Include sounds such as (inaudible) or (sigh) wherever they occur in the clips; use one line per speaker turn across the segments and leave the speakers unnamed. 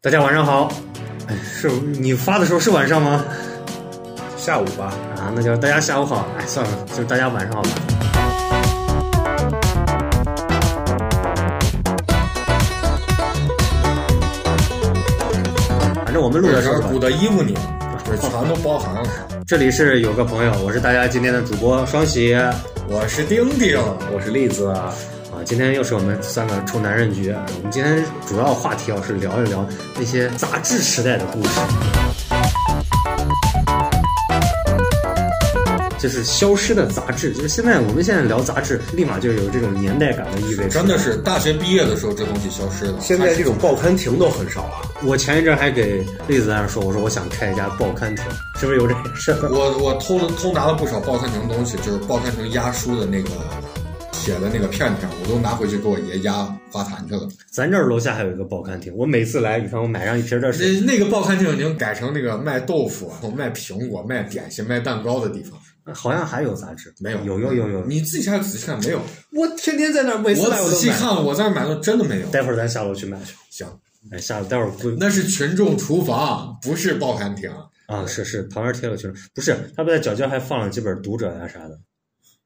大家晚上好，哎是你发的时候是晚上吗？
下午吧，
啊，那就大家下午好。哎，算了，就大家晚上好吧。反正我们录的时候
这鼓的衣服你，这全都包含了。
这里是有个朋友，我是大家今天的主播双喜啊。
我是丁丁，
我是栗子，
今天又是我们三个臭男人局，啊我们今天主要话题要是聊一聊那些杂志时代的故事，就是消失的杂志，就是现在我们现在聊杂志，立马就有这种年代感的意味。
真的是大学毕业的时候这东西消失了。
现在这种报刊亭都很少啊了。
我前一阵还给栗子在那说，我说我想开一家报刊亭，是不是有这个事儿？ (laughs)
我我偷了偷拿了不少报刊亭东西，就是报刊亭压书的那个铁的那个片片，我都拿回去给我爷压发坛去了。
咱这儿楼下还有一个报刊亭，我每次来，你看我买上一瓶这水，
嗯
那那个报刊亭已经改成那个卖豆腐、啊卖苹果、卖点心、卖蛋糕的地方，
好像还有杂志，
没有
有有有有。
你自己还仔细看没有？
我天天在那儿，每次
我
来我
仔
都
细
买。
看，我在那儿买的真的没有。
待会儿咱下楼去买去。
行，
哎，下待会儿估计
那是群众厨房，不是报刊亭。
啊，是是，旁边贴了群，不是他不在角角还放了几本读者呀、啥的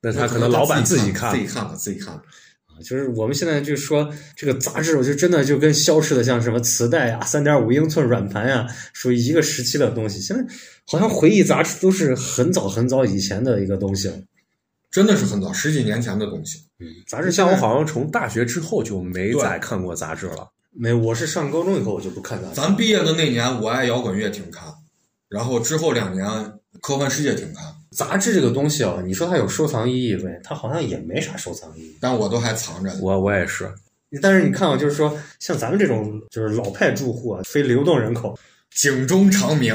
那他可能老板
自
自己
看，
看
自，己看了，自己看了。
啊。就是我们现在就说这个杂志，我就真的就跟消失的像什么磁带啊、三点五英寸软盘呀、属于一个时期的东西。现在好像回忆杂志都是很早很早以前的一个东西了。
真的是很早，十几年前的东西。
杂志
而
像
像
我
我
好
好像从大学之后就没
对
再看过杂志了。
没，我是上高中以后我就不看杂志。
咱毕业的那年，我爱摇滚乐停刊，然后之后两年，科幻世界停刊，
杂志这个东西啊，你说它有收藏意义没？它好像也没啥收藏意义。
但我都还藏着。
我我也是，
但是你看啊，就是说像咱们这种就是老派住户啊，非流动人口，
警钟长鸣，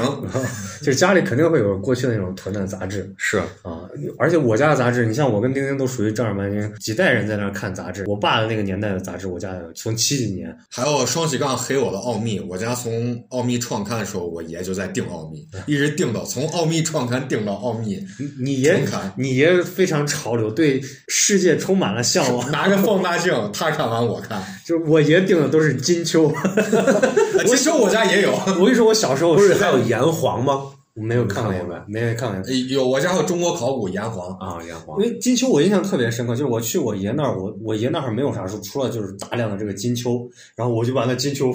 就是家里肯定会有过去那种囤的杂志
是
啊，而且我家的杂志，你像我跟丁丁都属于正儿八经几代人在那儿看杂志。我爸的那个年代的杂志，我家有，从七几年，
还有双喜杠黑我的奥秘。我家从奥秘创刊的时候，我爷就在订奥秘，一直订到从奥秘创刊订到奥秘，
你你爷
重看
你爷非常潮流，对世界充满了向往。
(laughs) 拿着放大镜，他看完我
(laughs)
看。
就是我爷订的都是金秋， (laughs)
呃其实我家也有，
我跟你说，我小时候
不是
实
还
在
有炎黄吗？
我没有看过
没看过，
没有看过。
呃有我家还有中国考古炎黄，
啊，炎黄
因为金秋我印象特别深刻，就是我去我爷那儿，我我爷那儿没有啥书，除了就是大量的这个金秋，然后我就把那金秋，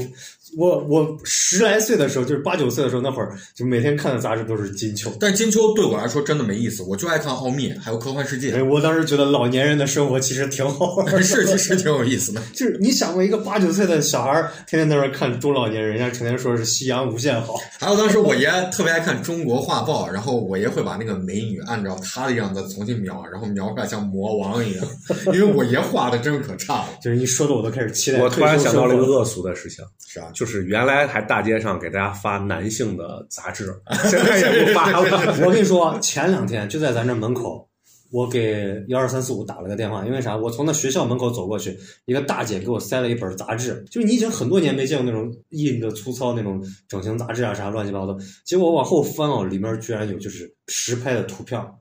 我我十来岁的时候，就是八九岁的时候那会儿，就每天看的杂志都是金秋。
但金秋对我来说真的没意思，我就爱看奥秘，还有科幻世界
哎，，我当时觉得老年人的生活其实挺好玩的， (laughs)
(laughs) 是是是挺有意思的。
就是你想过一个八九岁的小孩儿天天在那儿看中老年人，人家成天说是夕阳无限好，
还有当时我爷特别爱看中国画报，然后我爷会把那个美女按照她的样子重新描，然后描出来像魔王一样，因为我爷画的真可差了，
就是一说的我都开始期待。
我突然想到了一个，恶俗的事情，
是吧？
就是原来还大街上给大家发男性的杂志，现在也不发了。
(laughs) 我跟你说，啊前两天就在咱这门口。我给幺二三四五打了个电话，因为啥？我从那学校门口走过去，一个大姐给我塞了一本杂志，就是你已经很多年没见过那种印的粗糙那种整形杂志啊，啥乱七八糟。结果我往后翻哦，里面居然有就是实拍的图片儿，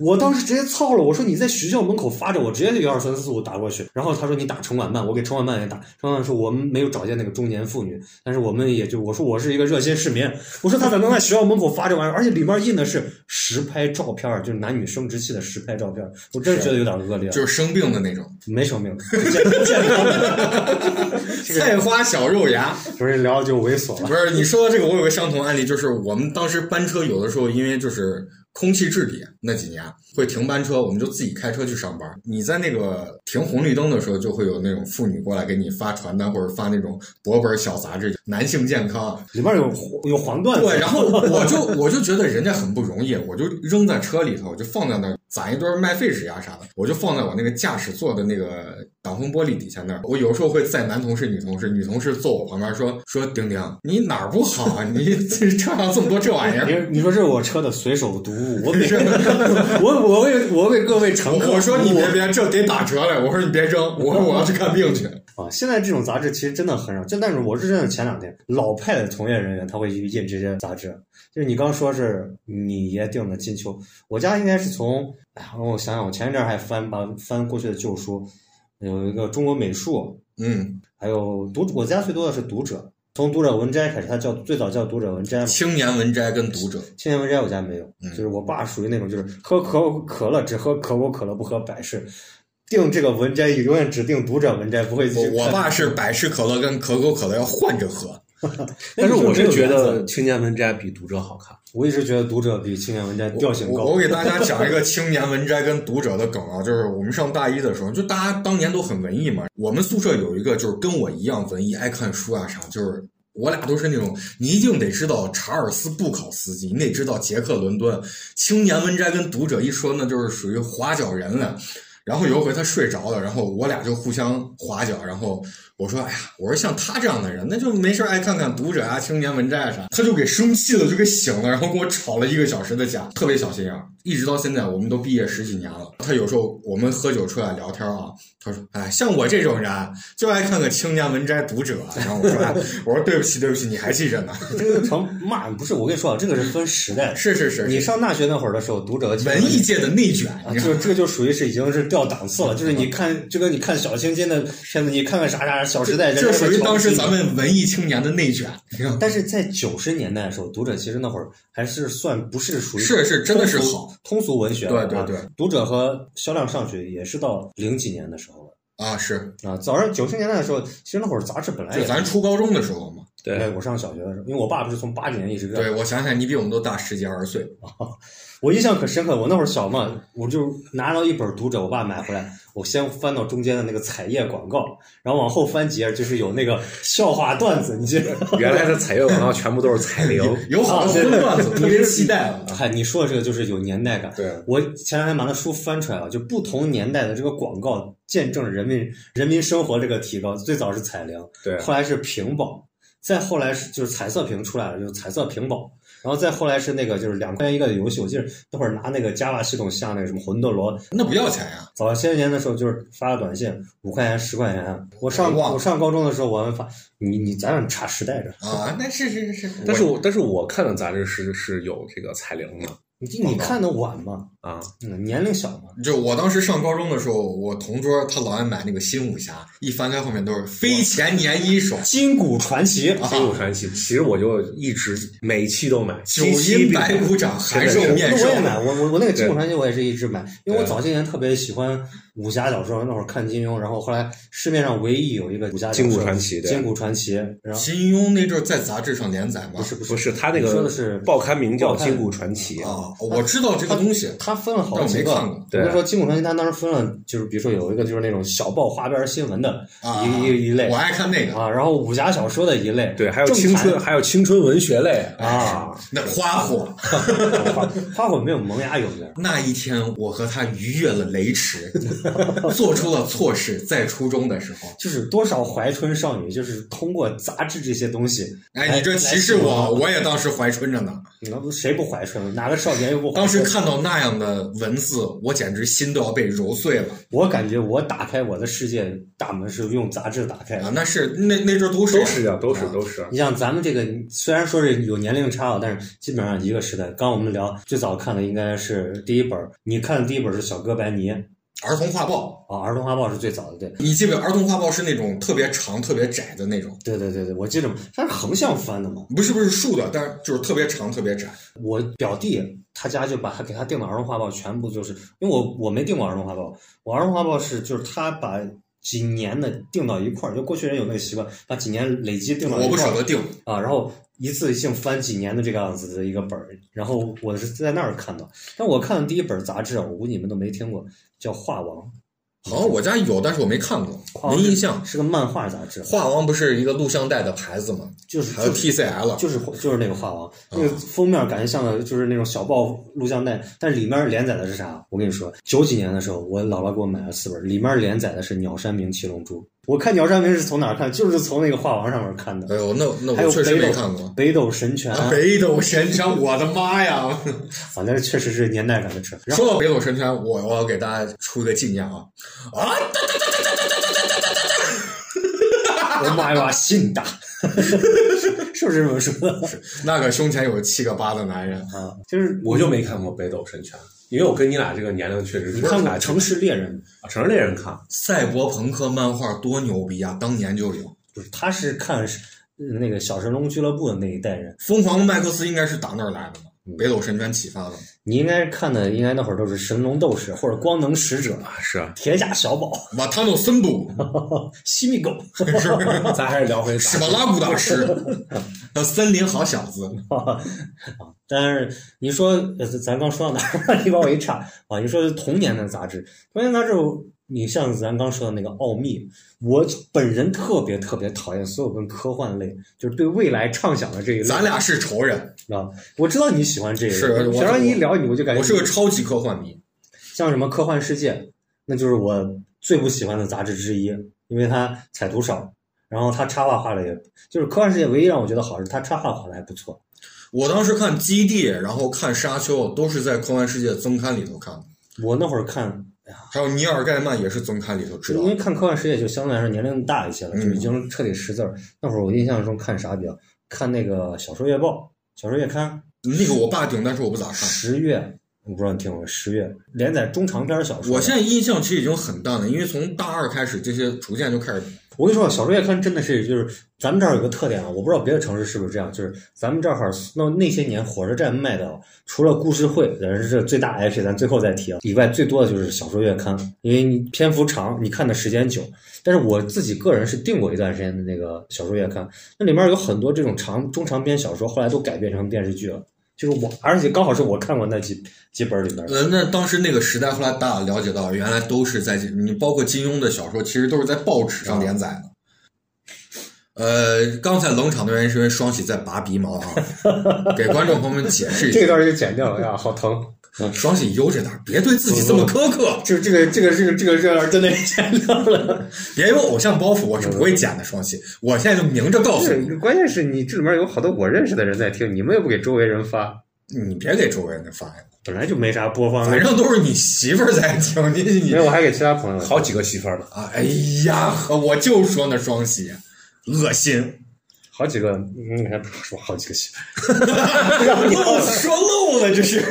我当时直接操了，我说你在学校门口发着，我直接就幺二三四五打过去。然后他说你打陈婉曼，我给陈婉曼也打。陈婉曼说我们没有找见那个中年妇女，但是我们也就我说我是一个热心市民，我说他咋能在学校门口发这玩意儿，而且里面印的是实拍照片儿，就是男女生殖器的实拍照片儿，我真是觉得有点恶劣了。
就是啊生病的那种，
没生病，健健康的，
菜花小肉芽。
(laughs) 不是聊的就猥琐了。
不是你说到这个，我有个相同案例，就是我们当时班车有的时候因为就是空气质底那几年会停班车，我们就自己开车去上班。你在那个停红绿灯的时候，就会有那种妇女过来给你发传单或者发那种薄本小杂志，男性健康。
里面有黄有黄段子， (laughs)
对，然后我就我就觉得人家很不容易，我就扔在车里头，我就放在那儿攒一堆麦痱屎呀啥的，我就放在我那个驾驶座的那个挡风玻璃底下那儿。我有时候会载男同事、女同事，女同事坐我旁边说说丁丁，你哪儿不好啊？你这车上这么多这玩意儿。
你你说这是我车的随手读物，我每 (laughs) 我我为我为各位乘客，
我说你别别，这得打折了。我说你别扔，我说我要去看病去。
啊，现在这种杂志其实真的很少，就但是我是真的前两天老派的从业人员他会去印这些杂志，就是你刚说是你爷订的金秋，我家应该是从，哎，我想想，我前一阵儿还翻把翻过去的旧书，有一个中国美术，
嗯，
还有读我家最多的是读者，从读者文摘开始，它叫最早叫读者文摘嘛。
青年文摘跟读者，
青年文摘我家没有，
嗯
就是我爸属于那种就是喝可口可乐只喝可口可乐不喝百事，订这个文摘永远只订读者文摘，不会去
我我
看
爸是百事可乐跟可口可乐要换着喝，
但是我是
那
觉
你这个原
得
则
青年文摘比读者好看。
我一直觉得读者比青年文摘调性
我
高
我。给大
(laughs)
家讲一个青年文摘跟读者的梗啊，就是我们上大一的时候，就大家当年都很文艺嘛。我们宿舍有一个就是跟我一样文艺，爱看书啊啥，就是我俩都是那种你一定得知道查尔斯布考斯基，你得知道杰克伦敦。青年文摘跟读者一说呢，就是属于划脚人了。然后有一回他睡着了，然后我俩就互相划脚，然后我说：“哎呀，我说像他这样的人，那就没事儿爱看看读者啊、青年文摘啊啥。”他就给生气了，就给醒了，然后跟我吵了一个小时的架，特别小心眼儿。一直到现在，我们都毕业十几年了。他有时候我们喝酒出来聊天啊，他说：“哎，像我这种人就爱看个青年文摘读者。”然后我说：“哎，我说对不起，对不起，你还记着呢。
这个成骂不是我跟你说啊，这个是分时代”的。
是是是
你
是，
上大学那会儿的时候，读者和青年
文艺界的内卷，
啊，
你
就是
知道吗？
这个就属于是已经是掉档次了，就是
嗯
你看就跟你看小清新的片子，你看看啥啥《小时代》，人
这
家
属于当时咱
调戏
们文艺青年的内卷，你知道
你。
吗？
但是在九十年代的时候，读者其实那会儿还是算不是属于
是是，真的是
通俗
好。
通俗文学了
对
啊
对对，
读者和销量上去也是到零几年的时候
啊，是
了啊。早上九十年代的时候，其实那会儿杂志本来
就
也
咱初高中的时候嘛。
对， (laughs)
对，
我上小学的时候，因为我爸不是从八几年一直干
对，我想想，你比我们都大十几二十岁。
我印象可深刻，我那会儿小嘛，我就拿到一本《读者》，我爸买回来，我先翻到中间的那个彩页广告，然后往后翻几页就是有那个笑话段子，你记得？
(laughs)
原来的彩页广告全部都是彩铃，
有好
(laughs)
多荤段子，特别期待啊了。
嗨，你说的这个就是有年代感。
对，
我前两天把那书翻出来了，就不同年代的这个广告见证了人民人民生活这个提高。最早是彩铃，
对，
后来是屏保，再后来是就是彩色屏出来了，就是彩色屏保，然后再后来是那个就是两块钱一个的游戏，我记得那会儿拿那个 Java 系统下那个什么魂斗罗，
那不要钱呀、
早些年的时候就是发个短信五块钱十块钱，我上
忘了
我上高中的时候我们发你你咱俩差时代着，
啊！那是是是是，
但是我但是我看的杂志是是有这个彩铃的
你你看的晚嘛，
啊，
嗯，年龄小嘛，
就我当时上高中的时候，我同桌他老爱买那个新武侠，一翻开后面都是非前年一手，
筋骨传奇，啊
《金武传奇》，其实我就一直每期都买，
九
七期
阴
必
白
买
骨掌，
真
寒
的是
瘦面
那
瘦
我。也买，我我我那个《金
对
骨传奇》我也是一直买，因为我
对
早些年特别喜欢武侠小说，那会儿看金庸，然后后来市面上唯一有一个武侠小说
金骨传奇对
金骨传奇，然后
金庸那阵儿在杂志上连载嘛
不，是不
不
是，
是他那个
你说的是
报刊名叫
报
《
刊
金谷传奇》
啊，我知道这个东西，
它分了好几个，
但我没看过
比如
对
说金骨传奇，它当时分了，就是比如说有一个就是那种小报花边新闻的
啊
一一一类
我爱看那个
啊，然后武侠小说的一类，
对，还有
正
青
常
春，还有青春文学类
啊，
那花火。
花花火没有萌芽有名。
那一天，我和他逾越了雷池，做出了错事。在初中的时候，
就是多少怀春少女，就是通过杂志这些东西，
哎，你这歧视我，我也当时怀春着呢。
那不谁不怀春？哪个少年又不怀春？
当时看到那样的文字，我简直心都要被揉碎了
我感觉我打开我的世界大门是用杂志打开
啊！
的。
那是那那阵儿都是
都是啊，都是
啊
都是。
你像咱们这个，虽然说是有年龄差啊，但是基本上一个时代。刚刚我们聊最早看的应该是第一本儿，你看的第一本是《小哥白尼》
儿童画报。
啊，《儿童画报》是最早的，对，
你记不？记得儿童画报是那种特别长、特别窄的那种，
对对对对，我记着嘛，它是横向翻的嘛。
不是不是竖的，但是就是特别长、特别窄。
我表弟他家就把他给他订的儿童画报全部就是，因为我我没订过儿童画报，我儿童画报是就是他把几年的订到一块儿，就过去人有那个习惯，把几年累积订到
我
一
不
块
舍
儿
得定，
啊，然后一次性翻几年的这个样子的一个本儿，然后我是在那儿看到，但我看的第一本杂志啊，我估计你们都没听过，叫《画王
好像我家有，但是我没看过，
画王
没
是
印象》，。
是个漫画杂志，
画王不是一个录像带的牌子吗？
就是
还有
就是
TCL，
就是就是那个画王，那个
嗯
封面感觉像个就是那种小报录像带，但是里面连载的是啥？我跟你说，九几年的时候，我姥姥给我买了四本，里面连载的是《鸟山明七龙珠》。我看《鸟山明》是从哪儿看？就是从那个画王上面看的，
哎呦，那那
还有
我确实
北
没
斗
看过。
北斗神拳啊，
北斗神拳，我的妈呀！
反正确实是年代感的扯。
(laughs)
然后
说到北斗神拳，我我要给大家出一个纪念啊啊！
我妈呀，心大，是不是这么说的
那个胸前有七个八的男人，
啊？就是
我就没看过《北斗神拳》，因为我跟你俩这个年龄确实是
你看过
差
《
距
城市猎人》吗？
啊城市猎人看，
赛博朋克漫画多牛逼啊！当年就有，
不是，他是看那个小神龙俱乐部的那一代人，
疯狂的麦克斯应该是打那儿来的嘛，北斗神拳启发的。
你应该看的，应该那会儿都是神龙斗士或者光能使者、
啊是 (laughs) 啊，
铁甲小宝、 (laughs)
瓦塔诺森布
西密狗。
是
咱还是聊回
史巴拉古大师，呃，森林好小子，
但是你说，呃咱刚说到哪儿？ (laughs) 你把我一岔啊！你说童年的杂志，童年杂志，你像咱刚说的那个《奥秘》，我本人特别特别讨厌所有跟科幻类，就是对未来畅想的这一类
咱俩是仇人。
啊。我知道你喜欢这一类，
是我
只要你一聊你，我就感觉
我是个超级科幻迷，
像什么《科幻世界》，那就是我最不喜欢的杂志之一，因为它彩图少，然后它插画画的也，就是《科幻世界》唯一让我觉得好是它插画画的还不错。
我当时看《基地》，然后看《沙丘》，都是在科幻世界增刊里头看的，
我那会儿看
还有尼尔盖曼也是增刊里头知道
因为
的。
看科幻世界就相对来说年龄大一些了，
嗯
就已经彻底识字儿。那会儿我印象中看啥比较？看那个小说月报、小说月刊，
那个我爸顶，但是我不咋看。
十月，我不知道你听过没？十月连载中长篇小说。
我现在印象其实已经很淡了，因为从大二开始，这些逐渐就开始
我跟你说，啊小说月刊真的是就是咱们这儿有个特点啊，我不知道别的城市是不是这样，就是咱们这儿那那些年火车站卖的，啊除了故事会，咱是最大 H，咱最后再提啊，以外最多的就是小说月刊，因为你篇幅长，你看的时间久。但是我自己个人是订过一段时间的那个小说月刊，那里面有很多这种长中长篇小说，后来都改编成电视剧了。就是我，而且刚好是我看过那几几本里面的，
呃，那当时那个时代，后来大家了解到，原来都是在你包括金庸的小说，其实都是在报纸上连载的。呃，刚才冷场的原因是因为双喜在拔鼻毛啊，给观众朋友们解释
(laughs)
一
这
下，
段就剪掉了哎呀，好疼！
双喜悠着点儿，别对自己这么苛刻，
就这个这个这个这个这段真的 (laughs) 剪掉了。
别有偶像包袱，我是不会剪的。双喜，我现在就明着告诉你，
是，关键是你这里面有好多我认识的人在听，你们又不给周围人发，
你别给周围人发呀，
本来就没啥播放
反
量，
正都是你媳妇儿在听，你你
没有，我还给其他朋友 (laughs) 好几个媳妇儿呢，
啊，哎呀，呵我就说那双喜，恶心。
好几个，你还不说好几个媳妇儿。
漏说漏了，这是。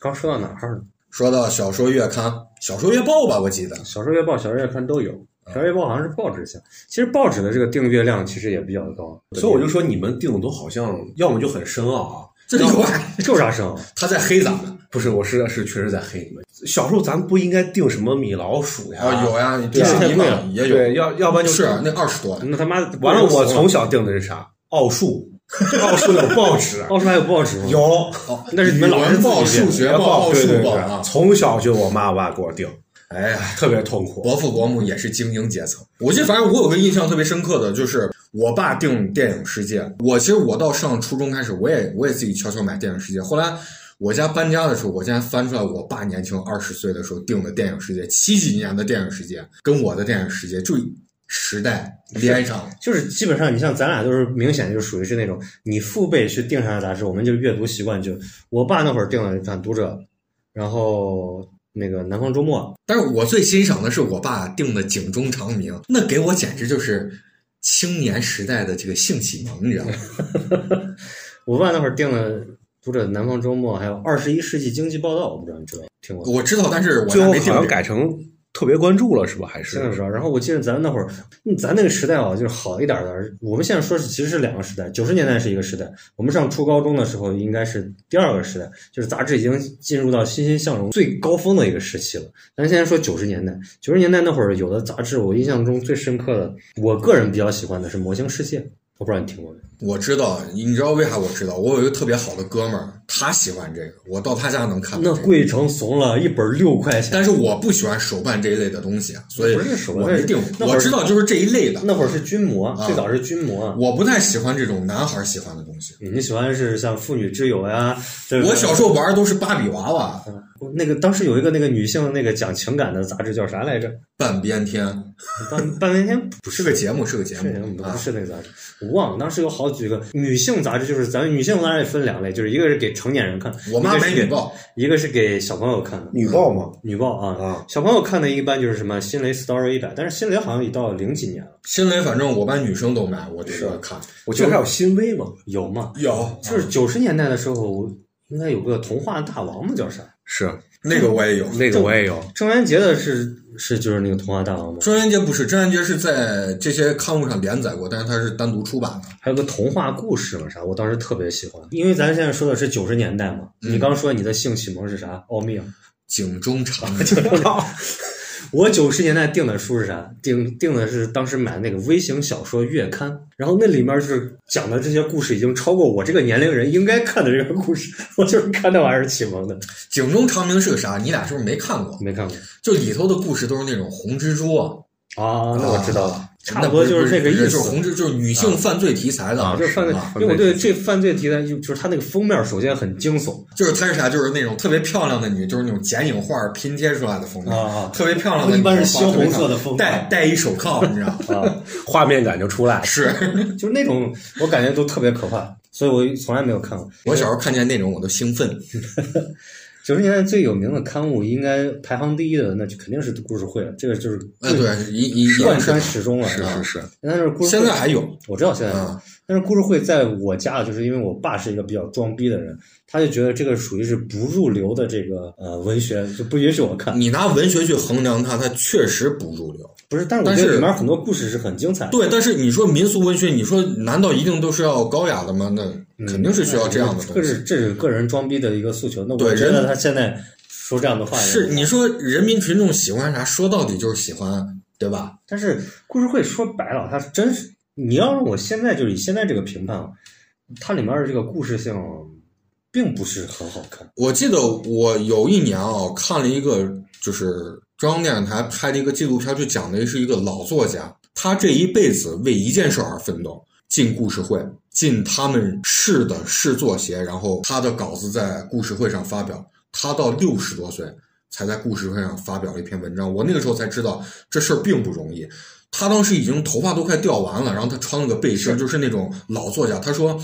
刚说到哪儿了？
说到小说月刊、小说月报吧，我记得
小说月报、小说月刊都有。
嗯
小说月报好像是报纸下，其实报纸的这个订阅量其实也比较高，
所以我就说你们定的都好像，要么就很深奥啊，
这
要
有
么
啊，
就啥声，
他在黑咱们
不是，我是是确实在黑你们。小时候咱不应该定什么米老鼠呀，
啊，有呀，迪
对
士
啊
尼嘛也有，
对，要要不然就是
那二十多，
那他妈
完了。我
从
从小定的是啥？
(laughs)
奥数，奥数有报纸，
奥数还有报纸吗？
有
哦
那是你们老师
语文报、
自己编
数
的
学报、奥
对
数
对
报
对
啊，。
从小就我妈我爸给我定，
哎呀，
特别痛苦。
伯父伯母也是精英阶层。我记得，反正我有个印象特别深刻的就是，我爸订《电影世界》，我其实我到上初中开始，我也我也自己悄悄买《电影世界》。后来我家搬家的时候，我竟然翻出来我爸年轻二十岁的时候订的《电影世界》，七几年的《电影世界》跟我的《电影世界》就时代连上了。
就是基本上，你像咱俩都是明显就是属于是那种，你父辈去订啥杂志，我们就阅读习惯就，我爸那会儿订了一看《读者》，然后那个《南方周末》，
但是我最欣赏的是我爸订的《警钟长鸣》，那给我简直就是青年时代的这个性启蒙，你知道吗？
我爸那会儿订了《读者》《南方周末》，还有《二十一世纪经济报道》，我不知道你知道听过吗？
我知道，但是我
最
还
后
没
好
订这
像
个。
改成特别关注了，是吧？还
真的不知
是
道。然后我记得咱那会儿，嗯咱那个时代啊，就是好一点的。我们现在说是其实是两个时代，九十年代是一个时代，我们上初高中的时候应该是第二个时代，就是杂志已经进入到欣欣向荣最高峰的一个时期了。咱现在说九十年代，九十年代那会儿有的杂志，我印象中最深刻的，我个人比较喜欢的是《魔形世界》，我不知道你听过没？
我知道，你知道为啥我知道？我有一个特别好的哥们儿，他喜欢这个，我到他家能看到、
那
这个。
贵成怂了，一本六块钱。
但是我不喜欢手办这一类的东西，啊，所以
不是手办
我没定过。
那会儿
我知道就是这一类的，
那会儿是军模，
啊
最早是军模。
我不太喜欢这种男孩喜欢的东西。
你喜欢是像妇女之友呀？对不对
我小时候玩的都是芭比娃娃、
那个当时有一个那个女性那个讲情感的杂志叫啥来着？
半边天，
半半边天
不是个节 (laughs) 目，是个节
是那
目
个
啊
不。是那个杂志，我忘了。当时有好几个女性杂志，就是咱们女性杂志也分两类，就是一个是给成年人看，
我妈
一个
买
是给
女，报，
一个是给小朋友看的。
女报吗？
女报啊，
啊，
小朋友看的一般就是什么新蕾 Story 一百，但是新蕾好像也到零几年了，
新蕾反正我班女生都买，我就得看。啊
我记得还有新微嘛，
啊有吗？
有
就是九十年代的时候，应该有个童话大王嘛，叫啥？
是
那个我也有。
那个我也有，
郑渊洁的是是就是那个童话大王吗？
郑渊洁不是，郑渊洁是在这些刊物上连载过，但是它是单独出版的。
还有个童话故事嘛啥，我当时特别喜欢，因为咱现在说的是九十年代嘛。你刚说你的性启蒙是啥？奥秘啊。
井
(laughs)
中长，
我九十年代订的书是啥？订订的是当时买的那个微型小说月刊，然后那里面就是讲的这些故事已经超过我这个年龄人应该看的这个故事， (laughs) 我就是看那玩意儿启蒙的，
井中长鸣是个啥？你俩是不是没看过？
没看过
就里头的故事都是那种红蜘蛛啊，
啊。那我知道了，
啊
差不多就是这个意
那
思
不是不是就是红蜘，就是女性犯罪题材的，
啊，这犯罪
啊，
因为我对这犯罪题材就就是它那个封面首先很惊悚
就是它是啥？就是那种特别漂亮的女，就是那种剪影画拼贴出来的封面，
啊
特别漂亮的女，
一般是
画得特别
猩红色的封面
漂亮戴戴一手铐，你知道吗？
啊，
画面感就出来
(laughs)
了。
是
就是那种我感觉都特别可怕，所以我从来没有看过。
我小时候看见那种我都兴奋。
嗯九十年代最有名的刊物，应该排行第一的，那就肯定是故事会了。这个就是
哎，对，一一一
贯
定
穿
是
始终了。
是是是，
但是故事会
现在还有
我知道现在，
啊，
但是故事会在我家，就是因为我爸是一个比较装逼的人，他就觉得这个属于是不入流的这个呃文学，就不允许我看。
你拿文学去衡量它，它确实不入流。
不是，但是我
但
觉得
是
里面很多故事是很精彩的。
对，但是你说民俗文学，你说难道一定都是要高雅的吗？那肯定是需要这样的
嗯这
东西。
是这是个人装逼的一个诉求。那我
对
觉
人
得他现在说这样的话也
是
不好
你说人民群众喜欢啥？说到底就是喜欢，对吧？
但是故事会说白了，它真是你要让我现在就以现在这个评判，啊它里面的这个故事性并不是很好看。
我记得我有一年啊、看了一个就是中央电视台拍的一个纪录片，就讲的是一个老作家，他这一辈子为一件事儿而奋斗，进故事会，进他们市的市作协，然后他的稿子在故事会上发表，他到六十多岁才在故事会上发表了一篇文章。我那个时候才知道这事儿并不容易。他当时已经头发都快掉完了，然后他穿了个背心，就是那种老作家。他说：“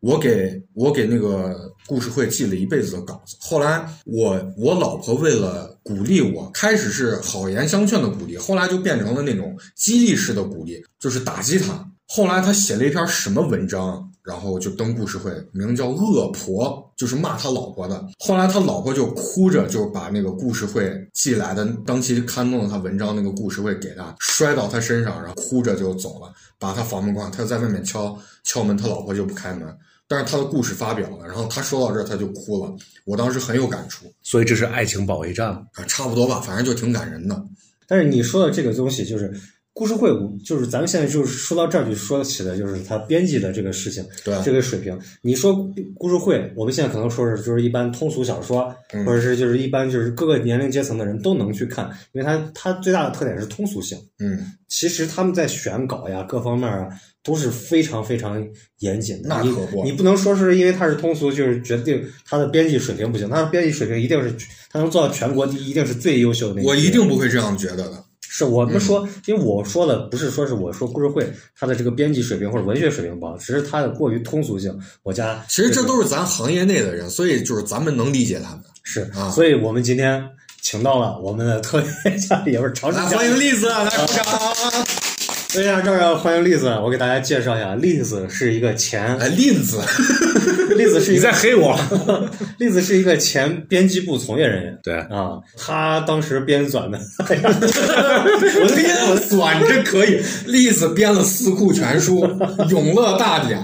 我给我给那个故事会寄了一辈子的稿子。后来我我老婆为了鼓励我，开始是好言相劝的鼓励，后来就变成了那种激励式的鼓励，就是打击他。后来他写了一篇什么文章，然后就登故事会，名叫《恶婆》，就是骂他老婆的。后来他老婆就哭着就把那个故事会寄来的当期刊登了他文章那个故事会给他，摔到他身上，然后哭着就走了，把他房门关上。他就在外面敲敲门，他老婆就不开门。但是他的故事发表了，然后他说到这儿他就哭了，我当时很有感触
所以这是爱情保卫战。
啊，差不多吧，反正就挺感人的。
但是你说的这个东西就是。故事会就是咱们现在就是说到这儿就说起的就是它编辑的这个事情，
对
这个水平。你说故事会，我们现在可能说是就是一般通俗小说，
嗯
或者是就是一般就是各个年龄阶层的人都能去看，因为它它最大的特点是通俗性。
嗯，
其实他们在选稿呀，各方面啊都是非常非常严谨的。
那
你
可不
你不能说是因为它是通俗，就是决定它的编辑水平不行。它的编辑水平一定是，它能做到全国第一，一定是最优秀的那批。
我一定嗯不会这样觉得的。
是我们说，因为我说的不是说是我说故事会它的这个编辑水平或者文学水平不好，只是它的过于通俗性。我家
其实这都是咱行业内的人，所以就是咱们能理解他们。
是，
啊
所以我们今天请到了我们的特别嘉宾，也不是长
来，
沙
啊欢迎栗子，来鼓掌。啊
为啥这儿要欢迎栗子？我给大家介绍一下，栗子是一个
(laughs)
前，
哎，栗子，
栗子是一个
你在黑我？
(laughs) 栗子是一个前编辑部从业人员
对，
啊，他当时编纂的， (laughs) 我就
编了算，真可以。栗子编了《四库全书》《永乐大典》，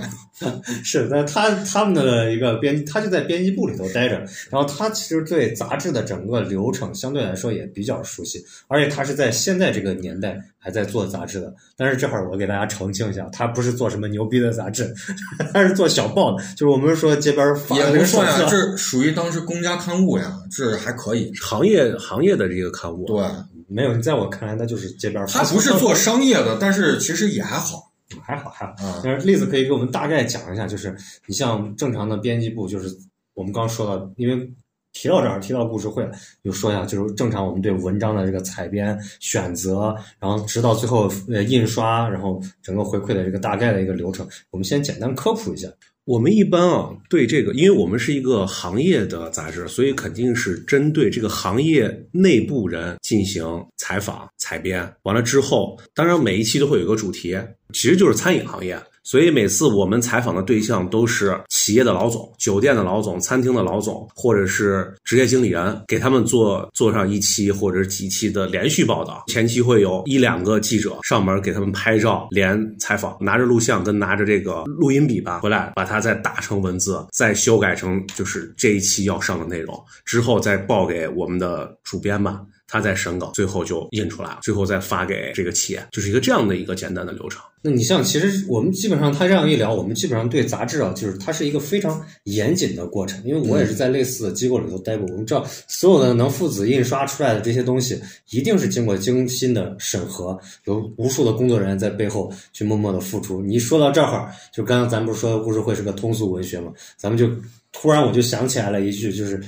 是，但他他们的一个编，他就在编辑部里头待着，然后他其实对杂志的整个流程相对来说也比较熟悉，而且他是在现在这个年代还在做杂志的。但是这会儿我给大家澄清一下，他不是做什么牛逼的杂志， (laughs) 他是做小报的，就是我们说街边发
也
的那
不
个手
算呀，
册。
这属于当时公家刊物呀，这还可以。
行业行业的这个刊物，啊
对，
没有，你在我看来，那就是街边发
他
的。
不是做商业的，但是其实也还好
还好还好。
啊。
但是栗子可以给我们大概讲一下，就是你像正常的编辑部，就是我们刚说到，因为提到这儿提到故事会了，就说一下，就是正常我们对文章的这个采编、选择，然后直到最后呃印刷，然后整个回馈的这个大概的一个流程，我们先简单科普一下。
我们一般啊，对这个，因为我们是一个行业的杂志，所以肯定是针对这个行业内部人进行采访、采编。完了之后，当然每一期都会有一个主题，其实就是餐饮行业。所以每次我们采访的对象都是企业的老总、酒店的老总、餐厅的老总，或者是职业经理人，给他们做做上一期或者几期的连续报道。前期会有一两个记者上门给他们拍照、连采访，拿着录像跟拿着这个录音笔吧，回来把它再打成文字，再修改成就是这一期要上的内容，之后再报给我们的主编吧。他再审稿，最后就印出来了，最后再发给这个企业，就是一个这样的一个简单的流程。
那你像，其实我们基本上他这样一聊，我们基本上对杂志啊，就是它是一个非常严谨的过程。因为我也是在类似的机构里头待过，我们知道所有的能父子印刷出来的这些东西，一定是经过精心的审核，有无数的工作人员在背后去默默的付出。你说到这儿，就刚刚咱不是说故事会是个通俗文学嘛，咱们就突然我就想起来了一句，就是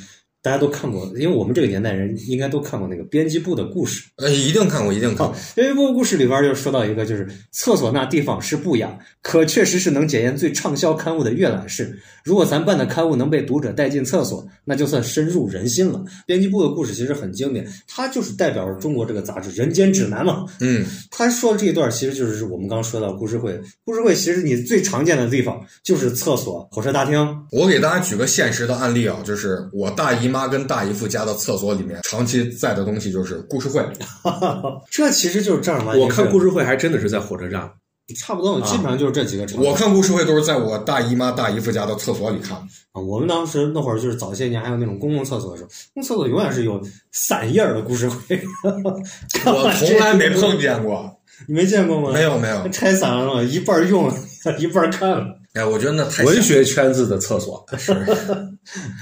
大家都看过，因为我们这个年代人应该都看过那个编辑部的故事。
呃，一定看过，一定看
好
过。，
因为故故事里边就说到一个，就是厕所那地方是不雅，可确实是能检验最畅销刊物的阅览室。如果咱办的刊物能被读者带进厕所，那就算深入人心了。编辑部的故事其实很经典，它就是代表着中国这个杂志《人间指南》嘛。
嗯，
他说的这一段，其实就是我们刚说到故事会。故事会其实你最常见的地方就是厕所、火车大
(laughs)
厅。
我给大家举个现实的案例啊，就是我大姨妈跟大姨父家的厕所里面长期在的东西就是故事会。
这其实就是正儿八经。
我看故事会还真的是在火车站，
差不多，基本上就是这几个场景。
我看故事会都是在我大姨妈、大姨父家的厕所里 (laughs) 看。
啊，我们当时那会儿就是早些年还有那种公共厕所的时候，公共厕所永远是有散叶儿的故事会， (laughs)
我从来没碰见 (laughs) 过，
你没见过吗？
没，有没有。
拆散了嘛，一半儿用了， (laughs) 一半儿看了。
哎，我觉得那太
文
像
学圈子的厕所。
是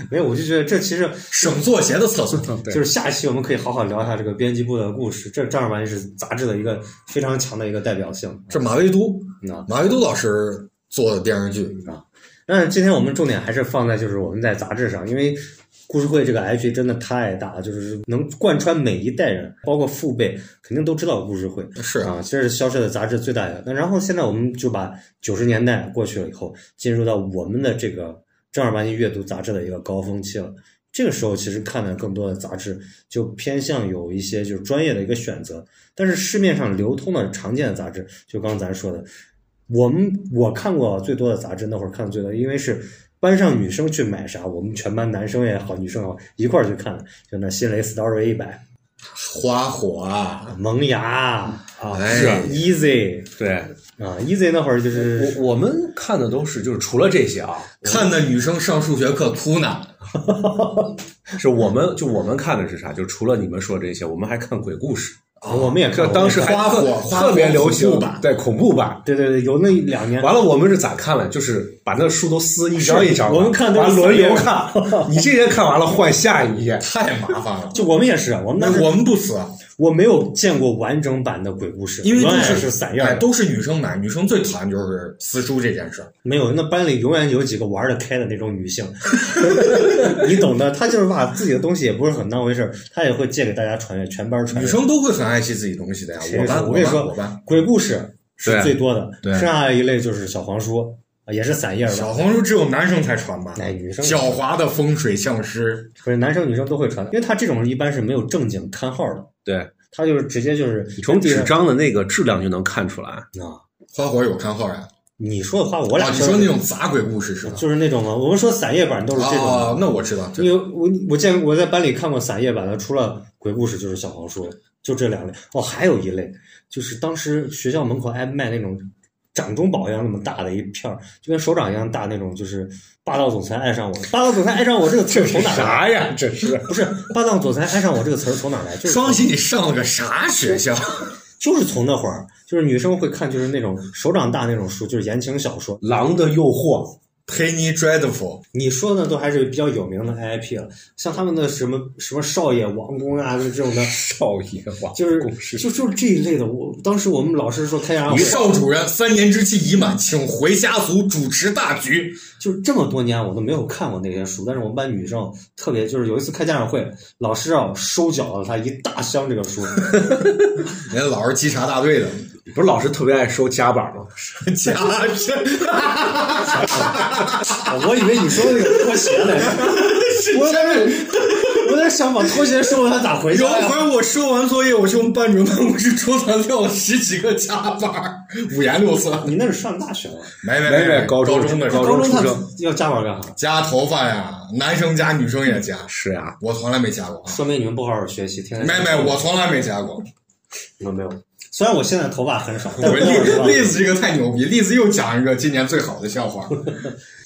没有，我就觉得这其实
省作协的厕所。
就
(laughs) 对，
是下期我们可以好好聊一下这个编辑部的故事，这正儿八经是杂志的一个非常强的一个代表性
这马未都，
啊。
马未都老师做的电视剧，
但是今天我们重点还是放在就是我们在杂志上，因为故事会这个 IP 真的太大了，就是能贯穿每一代人，包括父辈肯定都知道故事会。
是
啊，这是消失的杂志最大的。那然后现在我们就把九十年代过去了以后，进入到我们的这个正儿八经阅读杂志的一个高峰期了。这个时候其实看的更多的杂志就偏向有一些就是专业的一个选择，但是市面上流通的常见的杂志，就刚才咱说的，我们我看过最多的杂志，那会儿看的最多，因为是班上女生去买啥，我们全班男生也好，女生也好一块儿去看的，就那新蕾 Story 一百、
花火啊，
萌芽啊，
哎
是 Easy
对
啊，Easy 那会儿就是
我我们看的都是就是除了这些啊，
看的女生上数学课哭呢。
是我们就我们看的是啥？就除了你们说这些，我们还看鬼故事。
我们也看
这
过，
当时还
花
特
火花火
特别流
恐
行
怖版
对恐怖版。
对对对，有那两年，
完了，我们是咋看了？就是把那书都撕一张一张的，
我们看都
完
是
了
撕
轮
裂
流看，你这页看完了换下一页，
太麻烦
(laughs)
了。
就我们也是，啊我们
那
当时
我们不死，啊
我没有见过完整版的鬼故事，
因为都
永远
是
是散样
哎，
的，
都是女生买，女生最讨厌就是撕书这件事儿。
没有。那班里永远有几个玩得开的那种女性， (laughs) 你懂的，她就是把自己的东西也不是很当回事儿，她也会借给大家传阅，全班传
女
阅。
生都会很爱惜自己东西的呀。
谁
我
说
班，
我跟你
班，
说
我班，
鬼故事是
对
最多的，
对
剩下一类就是小黄书，啊也是散页
小
的，
黄书只有男生才传吧？
哎，女生也
狡猾的风水相师，
不是男生女生都会传，因为他这种一般是没有正经刊号的，
对，
他就是直接就是
从
地
纸
上
张的那个质量就能看出来。
啊。
花火有看号呀？
你说的话，我俩
啊，你
的
说那种杂鬼故事是吧？
就是那种嘛，我们说散页版都是这种
啊
的。，
那我知道，
因为我我见我在班里看过散页版的，除了鬼故事就是小黄书，就这两类。哦，还有一类就是当时学校门口爱卖那种掌中宝一样那么大的一片儿，就跟手掌一样大那种，就是霸道总裁爱上我。霸道总裁爱上我这个词儿从哪来？
啥呀？这是
不是霸道总裁爱上我这个词儿从哪来？就是
双喜你上了个啥学校？ (laughs)
就是从那会儿，就是女生会看，就是那种手掌大那种书，就是言情小说。
(laughs) 狼的诱惑，
Penny Dreadful，
你说的那都还是比较有名的 IP 了，像他们的什么什么少爷王宫啊，就这种的，
少爷王
就是
公是
就就是这一类的。我当时我们老师说开家长
于
会，
(laughs) 少主任三年之期已满，请回家族主持大局。
就是这么多年我都没有看过那些书，但是我们班女生特别就是有一次开家长会，老师啊收缴了她一大箱这个书， (laughs)
人家老是稽查大队的，
不是老师特别爱收夹板吗？
(laughs) 家是
我以为你说的那个拖鞋呢，我在这我在想把拖鞋收了他咋回家
有一
呀？
回我收完作业，我去我们班主任办公室桌子上撂了十几个夹板儿，五颜六色。
你那是上大学了，
(laughs) 没没
没
没，
高中
中的时
高
候
高中
中他
出生
要加班干啥？
夹头发呀，男生夹女生也夹，
是呀，
我从来没夹过啊。
说明你们不好好学习，天天
没没，我从来没夹过。
你嗯们没有。虽然我现在头发很少，但
我
是那会儿是吧
栗栗子这个太牛逼，栗子又讲一个今年最好的笑话。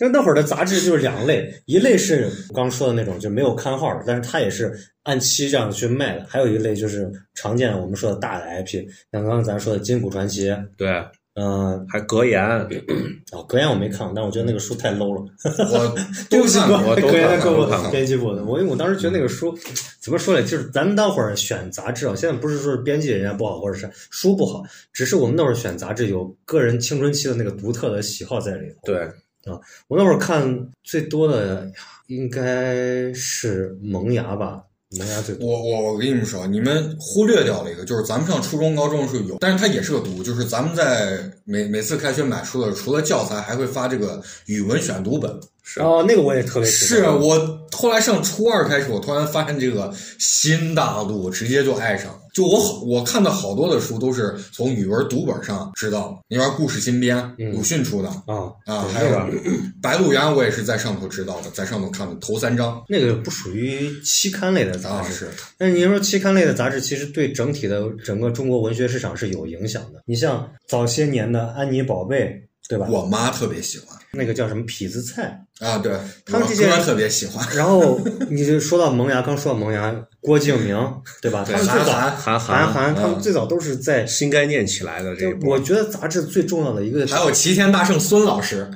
因为那会儿的杂志就是两类，一类是我刚说的那种就没有刊号的，但是它也是按期这样去卖的；还有一类就是常见我们说的大的 IP，像刚刚咱说的《金谷传奇》，
对，
嗯、
还格言，
哦，格言我没看过，但我觉得那个书太 low 了。
(laughs) 我
对
都
不起，
看过，
我
我都
格言
看
的
过
购
我都看
物
过
编辑部的，我因为我当时觉得那个书怎么说呢，就是咱们那会儿选杂志啊，现在不是说是编辑人家不好，或者是书不好，只是我们那会儿选杂志有个人青春期的那个独特的喜好在里头。
对，
我那会儿看最多的应该是萌芽吧，萌芽最多。
我我我跟你们说，啊你们忽略掉了一个，就是咱们上初中、高中的时候有，但是它也是个读物，就是咱们在每每次开学买书的时候，除了教材，还会发这个语文选读本。
是
哦，那个我也特别喜
啊是啊
欢
我后来上初二开始，我突然发现这个新大陆，直接就爱上了。就我好，我看的好多的书都是从语文读本上知道的，你玩故事新编，
嗯
鲁迅出的
啊，
啊，
对
还有《白鹿原》，我也是在上头知道的，在上头看的头三章
那个不属于期刊类的杂
啊，
志。
是
但是您说期刊类的杂志，其实对整体的整个中国文学市场是有影响的。你像早些年的《安妮宝贝》，对吧？
我妈特别喜欢
那个叫什么痞子蔡，
啊，对，
他们
我
这些人
哥特别喜欢。
然后你就说到萌芽，刚说到萌芽，郭敬明，对吧？
对，
(laughs) 他们最
韩
早
寒，
韩
韩寒，他们
嗯
最早都是在。
新概念起来的这
就
一波
我觉得杂志最重要的一个，
还有齐天大圣孙老师，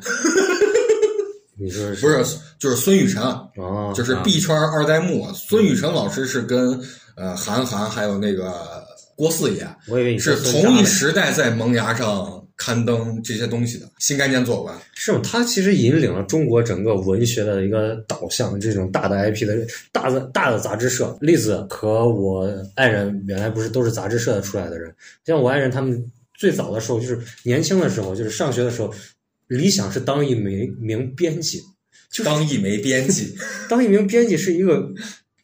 你说
不是，就是孙雨晨，
啊？
就是币圈二代目。啊孙雨晨老师是跟呃韩寒还有那个郭四爷
我以为你说
是
孙佳
同一
呢
时代在萌芽上刊登这些东西的新概念作文。
是吗？它其实引领了中国整个文学的一个导向，这种大的 IP 的大的大的杂志社。栗子和我爱人原来不是都是杂志社出来的人，像我爱人他们最早的时候，就是年轻的时候，就是上学的时候，理想是当一名名编辑。
当一枚编辑， (laughs)
当一名编辑是一个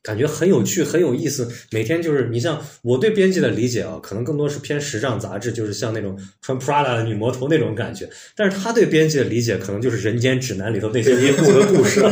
感觉很有趣、很有意思。每天就是你像我对编辑的理解啊，可能更多是偏时尚杂志，就是像那种穿 Prada 的女魔头那种感觉。但是他对编辑的理解，可能就是《人间指南》里头那些一部的故事。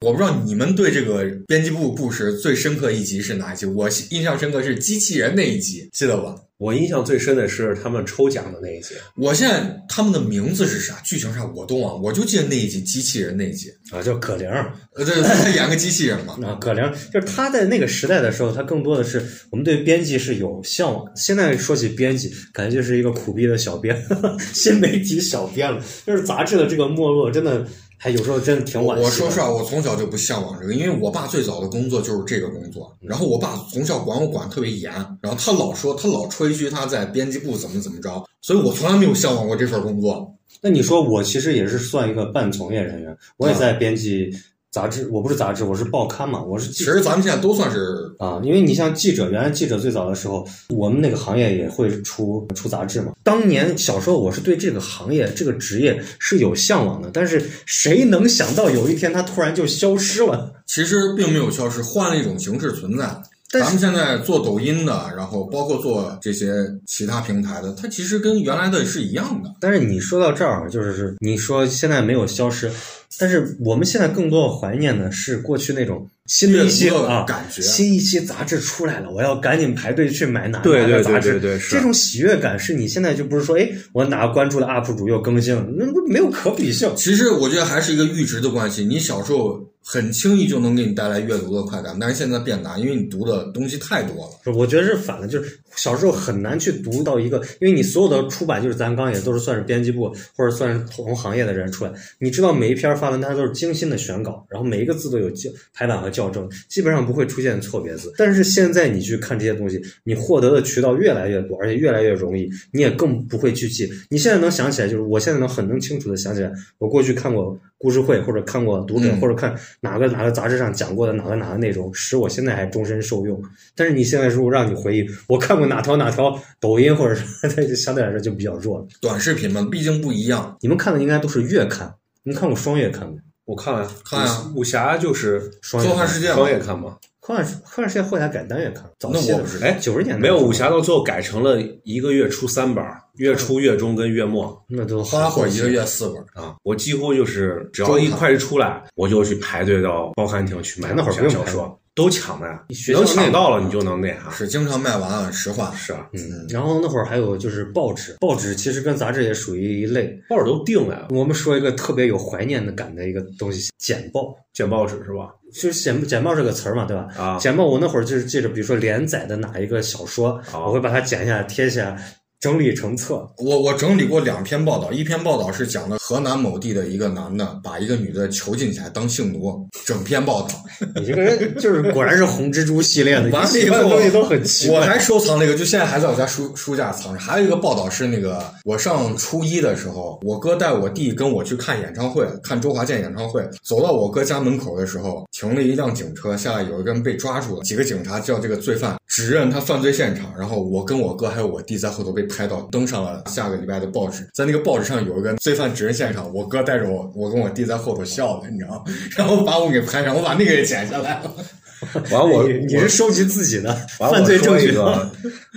我不知道你们对这个编辑部故事最深刻一集是哪一集？我印象深刻是机器人那一集，记得吧？
我印象最深的是他们抽奖的那一集
我现在他们的名字是啥，剧情啥我都忘了，我就记得那一集机器人那一集，
(laughs) 啊，叫葛玲儿
呃，对，他演个机器人
(laughs)
嘛。
啊，葛玲儿就是他在那个时代的时候，他更多的是我们对编辑是有向往。现在说起编辑，感觉就是一个苦逼的小编， (laughs) 新媒体小编了。就是杂志的这个没落，真的还有时候真的挺惋惜的。
我说实话，我从小就不向往这个，因为我爸最早的工作就是这个工作。
嗯
然后我爸从小管我管得特别严，然后他老说，他老吹嘘他在编辑部怎么怎么着，所以我从来没有向往过这份工作。
那你说我其实也是算一个半从业人员，我也在编辑杂志，我不是杂志，我是报刊嘛，我是
其
记者
实咱们现在都算是
啊。因为你像记者，原来记者最早的时候，我们那个行业也会出出杂志嘛。当年小时候我是对这个行业这个职业是有向往的，但是谁能想到有一天它突然就消失了？
其实并没有消失，换了一种形式存在。
但是
咱们现在做抖音的，然后包括做这些其他平台的，它其实跟原来的是一样的。
但是你说到这儿，啊就是你说现在没有消失，但是我们现在更多的怀念的是过去那种新的一期
阅读的
啊
感觉
新一期杂志出来了，我要赶紧排队去买哪
对
哪个
对
杂志，
对对对是
这种喜悦感是你现在就不是说，哎，我哪个关注的 UP 主又更新了，那不没有可比性。
其实我觉得还是一个阈值的关系。你小时候很轻易就能给你带来阅读的快感，但是现在变难，因为你读的东西太多了。
我觉得是反的，就是小时候很难去读到一个，因为你所有的出版就是咱刚也都是算是编辑部或者算是同行业的人出来，你知道每一篇发文它都是精心的选稿，然后每一个字都有校排版和校正，基本上不会出现错别字。但是现在你去看这些东西，你获得的渠道越来越多，而且越来越容易，你也更不会去记。你现在能想起来，就是我现在能很能清楚的想起来，我过去看过故事会，或者看过读者，
嗯
或者看哪个哪个杂志上讲过的哪个哪个内容，使我现在还终身受用。但是你现在如果让你回忆，我看过哪条哪条抖音或者是 (laughs) 就相对来说就比较弱了。
短视频嘛，毕竟不一样。
你们看的应该都是月刊，你们看过双月刊没？
我看了呀，
看呀
武武侠就是
双
做饭世界嘛
双也看嘛，
科幻科幻世界后来改单月看，早
那
期
我
的
不是
哎
九十年代
没有武侠到最后改成了一个月出三本儿，月初、月中跟月末
那都
花火一个月四本，
啊。我几乎就是只要
周
一
刊
块一出来，我就去排队到报刊亭去买
那会儿
武侠
不用
小
排
说，都抢的呀，
学校
能抢
内
到了你就能那啥。
是经常卖完啊，实话。
是啊，
嗯，然后那会儿还有就是报纸，报纸其实跟杂志也属于一类。
报纸都定了呀，
我们说一个特别有怀念的感的一个东西，简报，
卷报纸是吧？
就是简简报这个词儿嘛，对吧？
啊，
(laughs) 简报我那会儿就是记着，比如说连载的哪一个小说，
哦
我会把它剪下来贴下来，整理成册。
我我整理过两篇报道，一篇报道是讲的河南某地的一个男的把一个女的囚禁起来当性奴，整篇报道。
你这个人就是果然是红蜘蛛系列的，
完
你
了
喜欢
以
的
后
东西都很奇
我
怪。
还收藏了一个，就现在还在我家书书架藏着。还有一个报道是那个，我上初一的时候，我哥带我弟跟我去看演唱会，看周华健演唱会。走到我哥家门口的时候，停了一辆警车，下来有一个人被抓住了，几个警察叫这个罪犯指认他犯罪现场，然后我跟我哥还有我弟在后头被拍到，登上了下个礼拜的报纸。在那个报纸上有一个罪犯指认现场，我哥带着我，我跟我弟在后头笑了，你知道吗？ (laughs) 然后把我给拍上，我把那个也剪下来了。
完了我
你你
我
是收集自己的
完
犯
了
罪证
我说
据
一？个，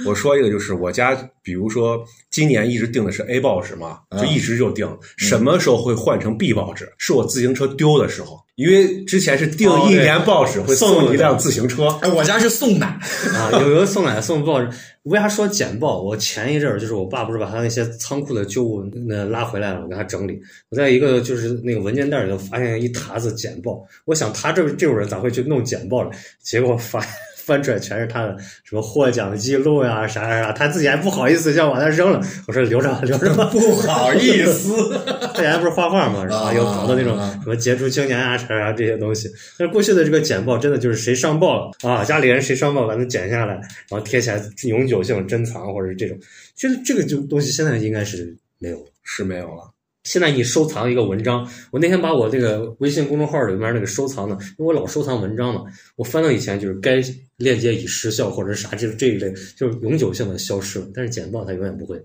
我说一个，就是我家，比如说今年一直定的是 A 报纸嘛，就一直就定，什么时候会换成 B 报纸？是我自行车丢的时候，因为之前是定
哦
一
对
年报纸会
送
送
的
一辆自行车，
哎，我家是送奶，
啊，有有送奶送报纸。为啥说简报？我前一阵儿就是我爸不是把他那些仓库的旧物那拉回来了，我给他整理。我在一个就是那个文件袋里头发现一沓子简报，我想他这这种人咋会去弄简报呢？结果翻翻出来全是他的什么获奖记录呀、啥啥啥，他自己还不好意思想往那扔了。我说留着吧，留着吧。
不好意思。
(laughs) 大家不是画画嘛，然后
啊
又搞到那种
啊
什么杰出青年啊、啥啥这些东西。但是过去的这个简报，真的就是谁上报了啊，家里人谁上报，把它剪下来，然后贴起来永久性珍藏，或者是这种。其实这个就东西现在应该是没有了。
是没有了。
现在你收藏一个文章，我那天把我这个微信公众号里面那个收藏的，因为我老收藏文章嘛，我翻到以前就是该链接已失效或者是啥这这一类，就是永久性的消失了。但是简报它永远不会。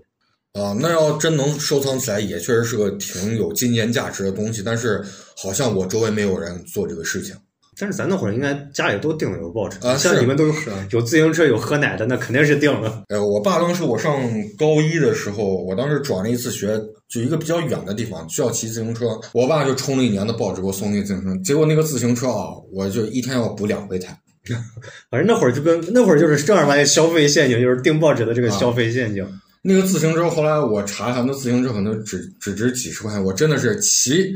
啊，那要真能收藏起来，也确实是个挺有纪念价值的东西。但是好像我周围没有人做这个事情。
但是咱那会儿应该家里都订了有报纸，
啊
像
是
你们都有
是啊
有自行车有喝奶的，那肯定是订了。
呃，我爸当时我上高一的时候，我当时转了一次学，就一个比较远的地方，需要骑自行车。我爸就充了一年的报纸给我送了一自行车，结果那个自行车啊，我就一天要补两回台。
反正那会儿就跟那会儿就是正儿八经消费陷阱，就是订报纸的这个
啊
消费陷阱。
那个自行车后来我查了一下，那自行车可能只只值几十块钱，我真的是骑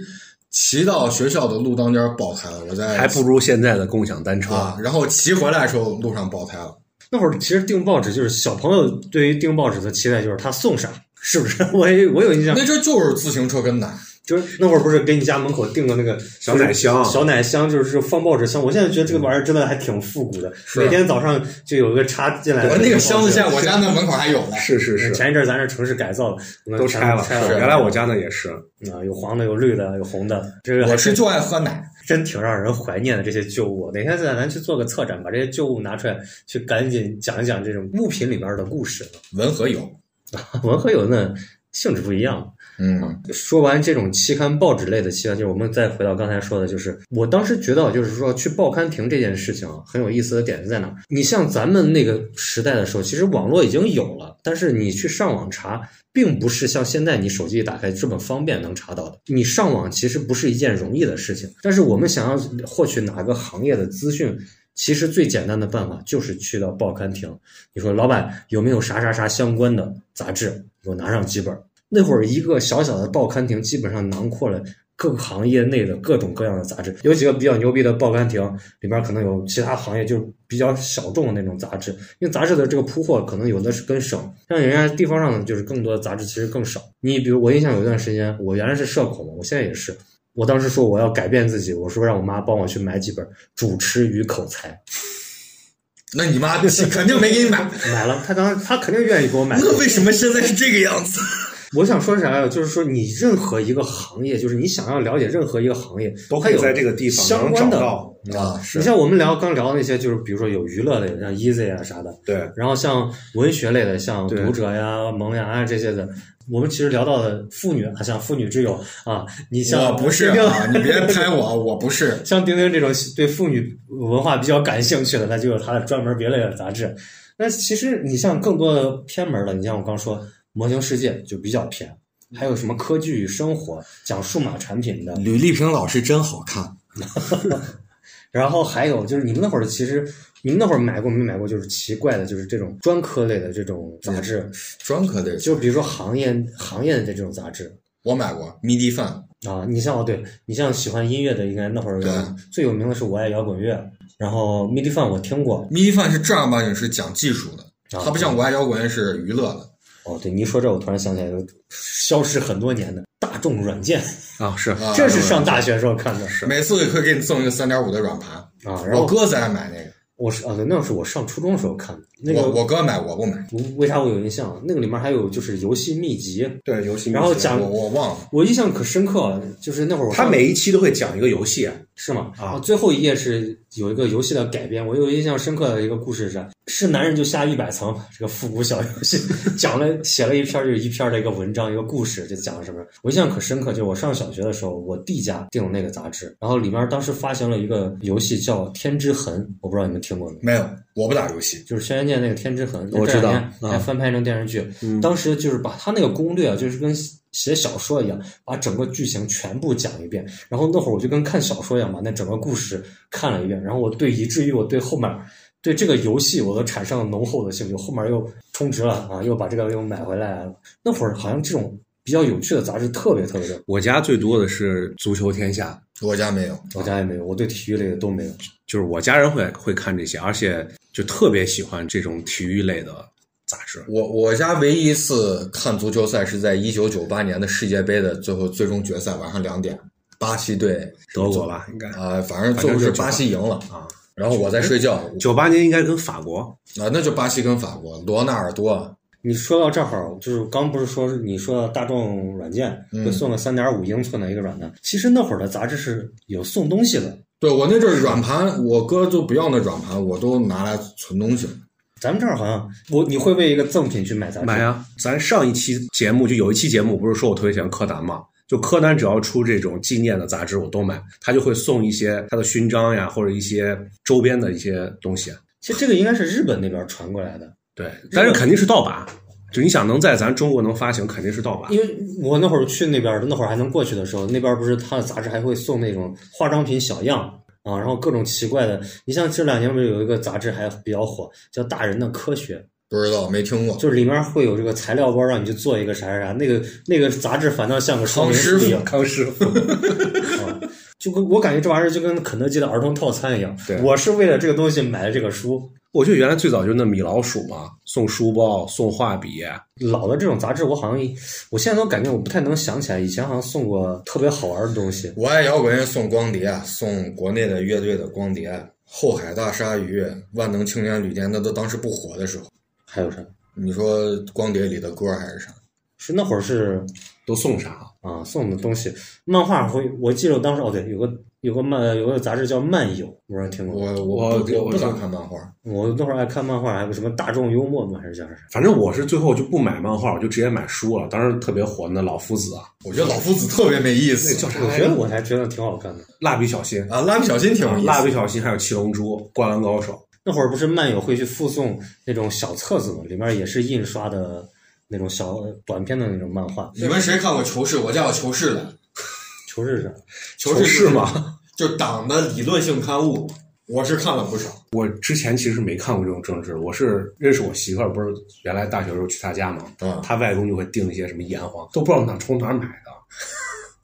骑到学校的路当间爆胎了，我在
还不如现在的共享单车。
啊，然后骑回来的时候路上爆胎了。
那会儿其实订报纸就是小朋友对于订报纸的期待就是他送啥，是不是？ (laughs) 我也我有印象，
那这就是自行车跟奶，
就是那会儿不是给你家门口订的那个
小奶箱
小奶箱就是放报纸箱。我现在觉得这个玩意儿真的还挺复古的，每天早上就有一个插进来的
我
报纸。
那个箱子现在我家那门口还有呢。
是是是，
前一阵儿咱这城市改造了，
都拆了。
拆
是
了。
原来我家那也是，
啊，有黄的，有绿的，有红的，这个还
我是就爱喝奶，
真挺让人怀念的这些旧物。哪天咱咱去做个策展，把这些旧物拿出来，去赶紧讲一讲这种物品里面的故事。 (laughs)
文和友。
文和友呢性质不一样。
嗯，
说完这种期刊、报纸类的期刊，就是我们再回到刚才说的，就是我当时觉得，啊就是说去报刊亭这件事情啊，很有意思的点是在哪儿？你像咱们那个时代的时候，其实网络已经有了，但是你去上网查，并不是像现在你手机一打开这么方便能查到的。你上网其实不是一件容易的事情，但是我们想要获取哪个行业的资讯。其实最简单的办法就是去到报刊亭，你说老板有没有啥啥啥相关的杂志，给我拿上几本儿。那会儿一个小小的报刊亭，基本上囊括了各个行业内的各种各样的杂志。有几个比较牛逼的报刊亭，里边可能有其他行业就是比较小众的那种杂志，因为杂志的这个铺货可能有的是跟省，像人家地方上的就是更多的杂志其实更少。你比如我印象有一段时间，我原来是社恐嘛，我现在也是。我当时说我要改变自己，我说让我妈帮我去买几本《主持与口才
那你 (laughs) 妈肯定没给你买，》，
买了，她当时她肯定愿意给我买。
那为什么现在是这个样子？
我想说啥呀？就是说，你任何一个行业，就是你想要了解任何一个行业，
都可以在这个地
它有
方
相
能找
关的
到。
(laughs) 啊，
你
是
像我们聊刚聊的那些，就是比如说有娱乐类的，像 Easy 啊啥的，
对，
然后像文学类的，像
对
读者呀、萌芽啊这些的。我们其实聊到的妇女啊，像妇女之友啊，你
我
像
不是
丁丁
啊，你别拍我，我不是。
像丁丁这种对妇女文化比较感兴趣的，他就有他的专门别类的杂志。那其实你像更多的偏门的，你像我刚说《模型世界》就比较偏，还有什么科技与生活，讲数码产品的，
(laughs) 吕丽萍老师真好看，
然后还有就是你们那会儿其实你们那会儿买过没买过？就是奇怪的，就是这种专科类的这种杂志，
专科的，
就比如说行业行业的这种杂志。
我买过迷笛饭，
啊，你像哦，对你像喜欢音乐的，应该那会儿
对
最有名的是《我爱摇滚乐》，然后《迷笛饭》我听过，
迷笛饭是正儿八经是讲技术的，
啊
它不像我爱摇滚是娱乐的。
哦，对，你一说这，我突然想起来，有消失很多年的大众软件，
啊，是
啊
这是上大学时候看的，
每次会给你赠一个三点五的软盘，
啊。然
我
后
哥最爱买那个，
我是啊，对，那是我上初中的时候看的。那个
我我哥买我不买，
我为啥我有印象？那个里面还有就是游戏秘籍，
对游戏迷
然后
之友
讲
我我忘了。
我印象可深刻了，就是那会儿我
他
上
每一期都会讲一个游戏，
是吗？哦
啊
最后一页是有一个游戏的改编，我有印象深刻的一个故事是：是男人就下一百层，这个复古小游戏 (laughs) 讲了写了一篇又一篇的一个文章，一个故事，就讲了什么？我印象可深刻，就是我上小学的时候，我弟家订了那个杂志，然后里面当时发行了一个游戏叫《天之痕》，我不知道你们听过没有。
没有，我不打游戏。
就是《轩辕剑》那个《天之痕》，
我知道
这两年还
嗯
翻拍成电视剧。当时就是把他那个攻略，啊，就是跟写小说一样，把整个剧情全部讲一遍。然后那会儿我就跟看小说一样，把那整个故事看了一遍。然后我对，以至于我对后面对这个游戏我都产生了浓厚的兴趣。后面又充值了啊，又把这个又买回来了。那会儿好像这种比较有趣的杂志特别特别多，
我家最多的是《足球天下》，
我家没有，
我家也没有，我对体育类的都没有。
就是我家人会会看这些，而且就特别喜欢这种体育类的杂志。
我我家唯一一次看足球赛是在一九九八年的世界杯的最后最终决赛，晚上两点，巴西队
德国吧，应该
啊、反正最后是巴西赢了
啊。
然后我在睡觉，
九八年应该跟法国
啊，那就巴西跟法国，罗纳尔多，啊
你说到这儿好，就是刚不是说你说到大众软件
嗯
会送个三点五英寸的一个软盘，其实那会儿的杂志是有送东西的。
对我那阵儿软盘，我哥就不要那软盘，我都拿来存东西了。
咱们这儿好像我你会为一个赠品去买杂志，
买啊。咱上一期节目就有一期节目不是说我特别喜欢柯南嘛？就柯南只要出这种纪念的杂志，我都买，他就会送一些他的勋章呀，或者一些周边的一些东西。
其实这个应该是日本那边传过来的，
对，但是肯定是盗版。就你想能在咱中国能发行，肯定是盗版。
因为我那会儿去那边儿，那会儿还能过去的时候，那边儿不是他的杂志还会送那种化妆品小样啊，然后各种奇怪的。你像这两年不是有一个杂志还比较火，叫《大人的科学》，
不知道没听过，
就是里面会有这个材料包，让你去做一个啥啥啥。那个那个杂志反倒像个说明
康师
书一样，
康师傅，
啊，就跟我感觉这玩意儿就跟肯德基的儿童套餐一样。
对
我是为了这个东西买的这个书。
我觉得原来最早就是那米老鼠嘛，送书包、送画笔，
老的这种杂志，我好像我现在都感觉我不太能想起来，以前好像送过特别好玩的东西。
我爱摇滚乐送光碟，啊送国内的乐队的光碟，啊后海大鲨鱼、万能青年旅店，那都当时不火的时候。
还有啥？
你说光碟里的歌还是啥？
是那会儿是
都送啥？
啊送的东西，漫画会，我记得我当时哦对，有个有个漫有个杂志叫《漫游》，我不知道听过。
我
我
我不
我
不咋看漫画，
嗯
我那会儿爱看漫画，还有什么大众幽默吗？还是叫啥？
反正我是最后就不买漫画，我就直接买书了。当时特别火那老夫子啊，
我觉得老夫子特别没意
那
思
叫。啥
我
来
觉得
着？
我还觉得挺好看的。
蜡笔小
嗯
新，
啊，蜡笔小新挺有意思。
蜡笔小新还有七龙珠、灌篮高手，
那会儿不是漫友会去附送那种小册子嘛，里面也是印刷的那种小短篇的那种漫画。
你们谁看过《囚室》？我家有《囚室》的，
求是啥？
囚
仇
室
视？嘛。
就党的理论性刊物，我是看了不少。 (laughs)
我之前其实没看过这种政治，我是认识我媳妇儿，不是原来大学时候去她家嘛，
嗯
她外公就会订一些什么炎黄，都不知道哪从哪儿买的。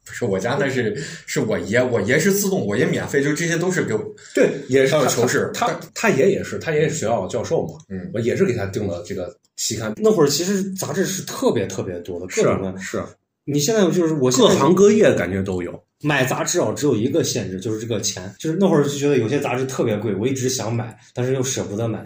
不是我家那是是我爷，我爷是自动，我爷免费，就这些都是给我。
对，也是
还有仇视
他他爷也是，他爷爷是学校教授嘛，
嗯，
我也是给他订了这个期刊，
那会儿其实杂志是特别特别多的，各
是
种的。
是，
你现在就是我现
各
在
行各业感觉都有。
买杂志哦，只有一个限制，就是这个钱。就是那会儿就觉得有些杂志特别贵，我一直想买，但是又舍不得买。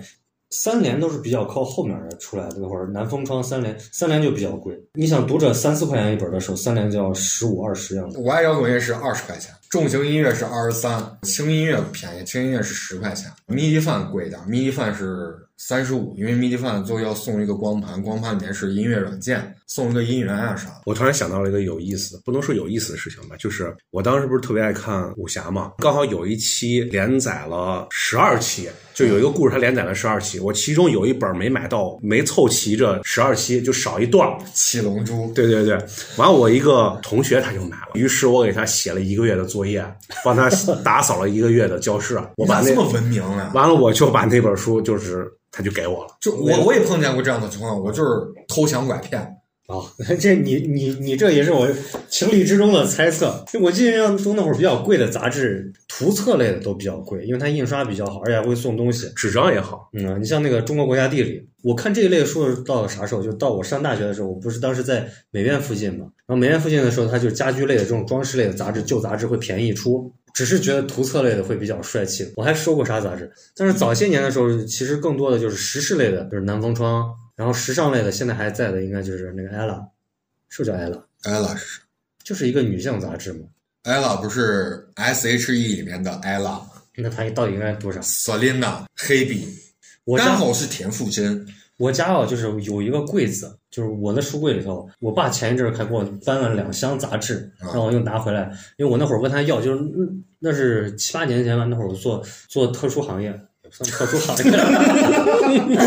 三联都是比较靠后面的出来的，那会儿南风窗、三联，三联就比较贵。你想读者三四块钱一本的时候，三联就要十五二十样子。
我爱摇滚乐是二十块钱，重型音乐是二十三，轻音乐便宜，轻音乐是十块钱。迷笛饭贵一点，迷笛饭是三十五，因为迷笛饭最后要送一个光盘，光盘里面是音乐软件，送一个音源啊啥的。
我突然想到了一个有意思，不能说有意思的事情吧，就是我当时不是特别爱看武侠嘛，刚好有一期连载了十二期，就有一个故事它连载了十二期，我其中有一本没买到，没凑齐这十二期，就少一段儿。
七龙珠，
对对对，完了我一个同学他就买了，于是我给他写了一个月的作业，帮他打扫了一个月的教室，
你
我把
咋
那
这么文明啊？
完了我就把那本书就是他就给我了。
就我我也碰见过这样的情况，我就是偷抢拐骗。
(laughs) 啊、这你你你这也是我情理之中的猜测。我印象中那会儿比较贵的杂志，图册类的都比较贵，因为它印刷比较好，而且还会送东西。
纸张也好，
嗯，你像那个《中国国家地理》，我看这一类书是到了啥时候？就到我上大学的时候，我不是当时在美院附近嘛，然后美院附近的时候，它就是家居类的这种装饰类的杂志，旧杂志会便宜出。只是觉得图册类的会比较帅气，我还收过啥杂志？但是早些年的时候，其实更多的就是时事类的，就是《南风窗》，然后时尚类的，现在还在的应该就是那个 ella，是不是叫 ella？
ella 是
就是一个女性杂志嘛。
ella 不是 S H E 里面的 ella
那它到底应该读啥？
Selina 黑笔，
我家
刚好是田馥甄。
我家啊，就是有一个柜子，就是我的书柜里头，我爸前一阵儿还给我搬了两箱杂志，
啊
让我又拿回来，因为我那会儿问他要，就是嗯那是七八年前吧，那会儿我做做特殊行业，也不算特殊行业，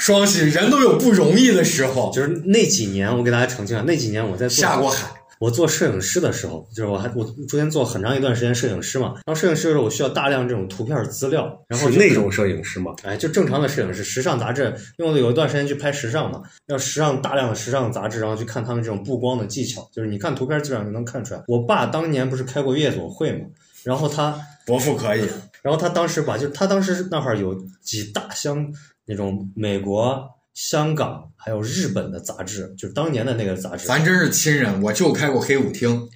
双喜人都有不容易的时
(laughs)
候，
就是那几年，我给大家澄清啊，那几年我在做
下过海。
我做摄影师的时候，就是我还我中间做很长一段时间摄影师嘛，然后摄影师的时候我需要大量这种图片资料，然后
是
就
那种摄影师嘛，
哎，就正常的摄影师，时尚杂志，因为我有一段时间去拍时尚嘛，要时尚大量的时尚杂志，然后去看他们这种布光的技巧，就是你看图片基本上就能看出来。我爸当年不是开过夜总会嘛，然后他，
伯父可以，啊
然后他当时把，就是他当时那会儿有几大箱那种美国、香港还有日本的杂志，就是当年的那个杂志，
咱真是亲人。我就开过黑舞厅，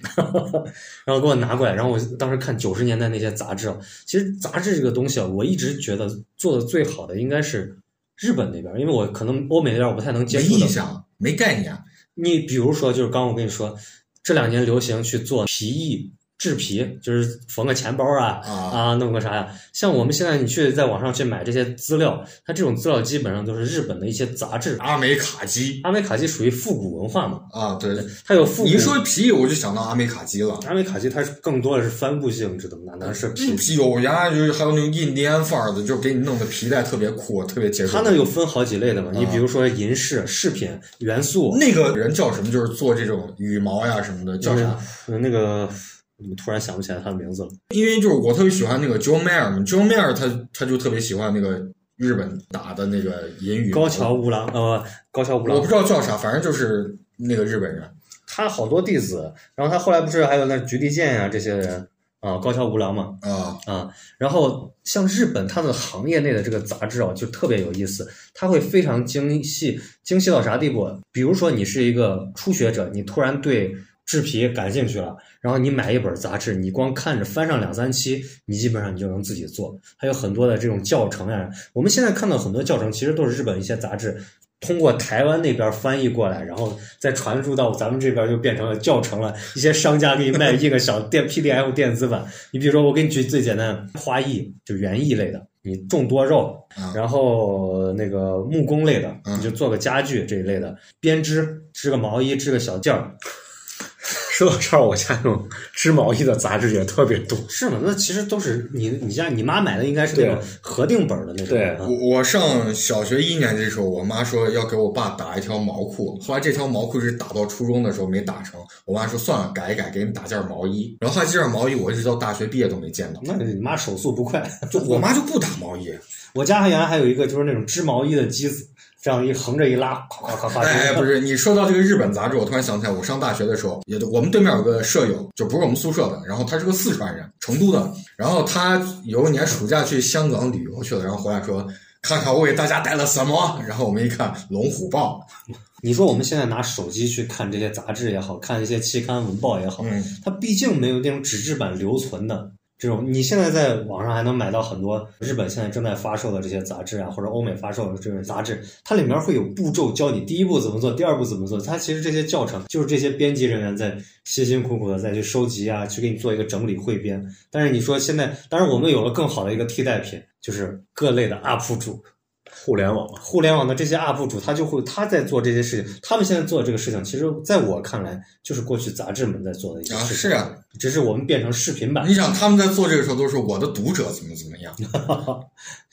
然后给我拿过来，然后我当时看九十年代那些杂志啊，其实杂志这个东西啊，我一直觉得做的最好的应该是日本那边，因为我可能欧美那边我不太能接
没
触
印
的。
象，没概念。
你比如说，就是刚刚我跟你说，这两年流行去做皮艺制皮，就是缝个钱包啊
啊
弄个啥呀、像我们现在你去在网上去买这些资料，它这种资料基本上都是日本的一些杂志。
阿美卡基
阿美卡基属于复古文化嘛，
啊，对，
它有复古。
你一说皮，我就想到阿美卡基了。
阿美卡基，它是更多的是帆布性质的，哪能是皮
这？嗯皮有呀，就是还有那种印第安范儿的，就给你弄的皮带特别酷，特别结实。
它呢有分好几类的嘛，你比如说银饰、饰品、元素，
那个人叫什么？就是做这种羽毛呀什么的，嗯叫啥？
呃？那个怎么突然想不起来他的名字了？
因为就是我特别喜欢那个 Joe Mayer 嘛，Joe Mayer 他他就特别喜欢那个日本打的那个银羽
高桥，吾郎，呃，高桥吾郎
我不，知道叫啥，反正就是那个日本人。
他好多弟子，然后他后来不是还有那菊地剑呀、这些人啊，高桥吾郎嘛
啊，
啊，然后像日本它的行业内的这个杂志啊，就特别有意思，它会非常精细，精细到啥地步？啊比如说你是一个初学者，你突然对。制皮感兴趣了，然后你买一本杂志，你光看着翻上两三期，你基本上你就能自己做。还有很多的这种教程呀、我们现在看到很多教程其实都是日本一些杂志通过台湾那边翻译过来，然后再传输到咱们这边，就变成了教程了。一些商家给你卖印个小电 PDF 电子版。你比如说，我给你举最简单的花艺，就园艺类的，你种多肉
啊
嗯，
然后那个木工类的，
嗯
你就做个家具这一类的，编织织个毛衣，织个小件儿，
说到这儿，我家那种织毛衣的杂志也特别多。
是吗？那其实都是你你家你妈买的应该是那种
对
核定本的那种。
对
啊
我我上小学一年级的时候，我妈说要给我爸打一条毛裤，后来这条毛裤是打到初中的时候没打成，我妈说算了，改一改，给你打件毛衣。然后她这件毛衣我一直到大学毕业都没见到，
那你妈手速不快，
就我妈就不打毛衣。
我家原来还有一个就是那种织毛衣的机子，这样一横着一拉，咔咔咔咔。
哎，不是，你说到这个日本杂志，我突然想起来，我上大学的时候，也我们对面有个舍友，就不是我们宿舍的，然后他是个四川人，成都的，然后他有一年暑假去香港旅游去了，然后回来说。看看我给大家带了什么，然后我们一看《龙虎豹
你说我们现在拿手机去看这些杂志也好看一些期刊文报也》，好，
嗯，
它毕竟没有那种纸质版留存的。这种你现在在网上还能买到很多日本现在正在发售的这些杂志啊，或者欧美发售的这种杂志，它里面会有步骤教你第一步怎么做，第二步怎么做。它其实这些教程就是这些编辑人员在辛辛苦苦的再去收集啊，去给你做一个整理汇编。但是你说现在，当然我们有了更好的一个替代品，就是各类的 UP 主，
互联网
互联网的这些 UP 主，他就会他在做这些事情，他们现在做的这个事情，其实在我看来，就是过去杂志们在做的一些
啊，
事
是
情，
啊，嗯
只是我们变成视频版
你。想他们在做这个时候都说我的读者怎么怎么样，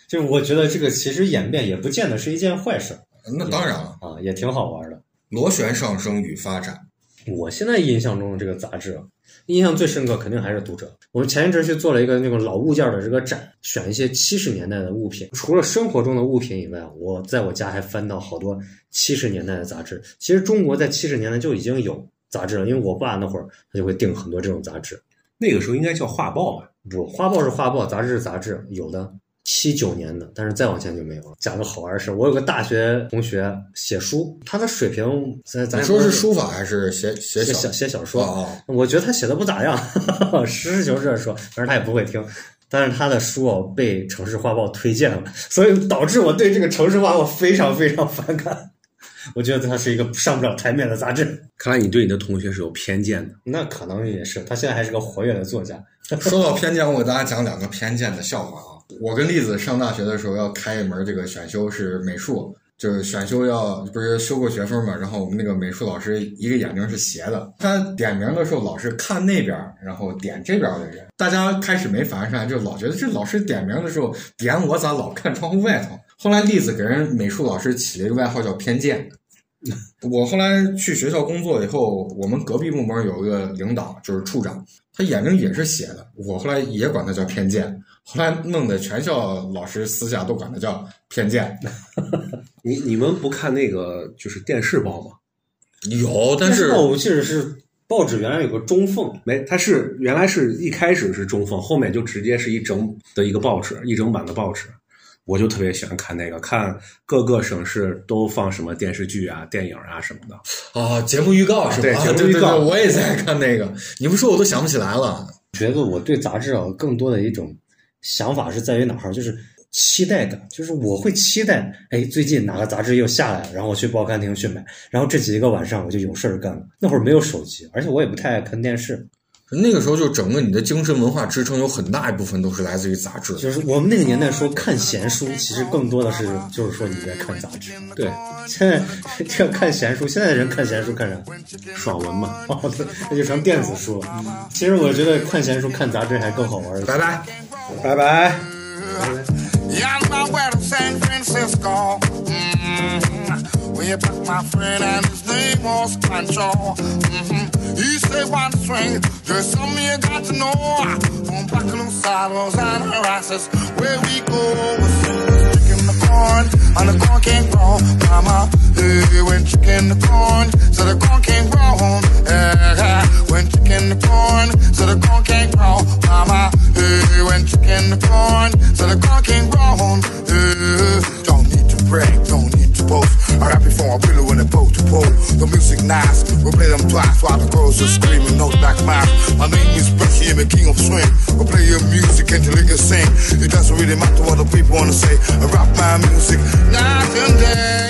就是我觉得这个其实演变也不见得是一件坏事
那当然了，
啊，也挺好玩的。
螺旋上升与发展，
我现在印象中的这个杂志，啊印象最深刻肯定还是《读者》。我们前一阵去做了一个那种老物件的这个展，选一些七十年代的物品。除了生活中的物品以外，啊我在我家还翻到好多七十年代的杂志。其实中国在七十年代就已经有杂志了，因为我爸那会儿他就会订很多这种杂志。
那个时候应该叫画报吧？
不，花报是花报，杂志是杂志，有的七九年的，但是再往前就没有了。讲个好玩的事，我有个大学同学写书，他的水平咱咱
你
也
说
不
是
能
书法还是写写
写
小
小？写小说，
哦，
我觉得他写的不咋样，实事求是的说，反正他也不会听。但是他的书哦被城市画报推荐了，所以导致我对这个城市画报非常非常反感。我觉得它是一个上不了台面的杂志，
看来你对你的同学是有偏见的。
那可能也是。他现在还是个活跃的作家，
(laughs) 说到偏见，我给大家讲两个偏见的笑话啊。我跟栗子上大学的时候要开一门这个选修是美术，就是选修要不是修过学分嘛，然后我们那个美术老师一个眼睛是斜的，他点名的时候老是看那边，然后点这边的人。大家开始没反应上来，就老觉得这老师点名的时候点我咋老看窗户外头？后来栗子给人美术老师起了一个外号叫偏见。我后来去学校工作以后，我们隔壁部门有一个领导，就是处长，他眼睛也是斜的，我后来也管他叫偏见，后来弄得全校老师私下都管他叫偏见。
你你们不看那个就是电视报吗？
有，但是
报我记得是报纸原来有个中缝，
没，它是原来是一开始是中缝，后面就直接是一整的一个报纸，一整版的报纸。我就特别喜欢看那个，看各个省市都放什么电视剧啊、电影啊什么的。
啊，节目预告是吧？
对
啊
节目
对
预
对
告
对我也在看那个，你不说我都想不起来了。
觉得我对杂志啊更多的一种想法是在于哪儿，就是期待感，就是我会期待，哎，最近哪个杂志又下来了，然后我去报刊亭去买，然后这几个晚上我就有事儿干了。那会儿没有手机，而且我也不太爱看电视，
那个时候就整个你的精神文化支撑有很大一部分都是来自于杂志。
就是我们那个年代说看闲书，其实更多的是就是说你在看杂志。
对，
现在 (laughs) 这个看闲书，现在人看闲书看啥？
爽文嘛。
(laughs) 哦，对，那就成电子书了。其实我觉得看闲书看杂志还更好玩儿。
拜拜。
拜拜。
Y'all know where to San Francisco. Mm-hmm. Well, you took my friend and his name was Pancho. Mm-hmm. He said one swing, there's something you got to know. From Bacalusados and harasses, where we go was chicken the corn, and the corn can't grow. Mama, hey, when chicken the corn, so the corn can't grow. Yeah, when chicken the corn, so the corn can't grow. Mama, hey, when chicken the corn, so the corn can't grow. Yeah, don't need to brag, don't need to boast. I rap it for a pillow and a pole to pole. The music nice, we play them twice while the girls are screaming, no black mouth. My name is Percy, I'm the king of swing. We play your music until it can sing. It doesn't really matter what the people wanna say. I rap my music night and day.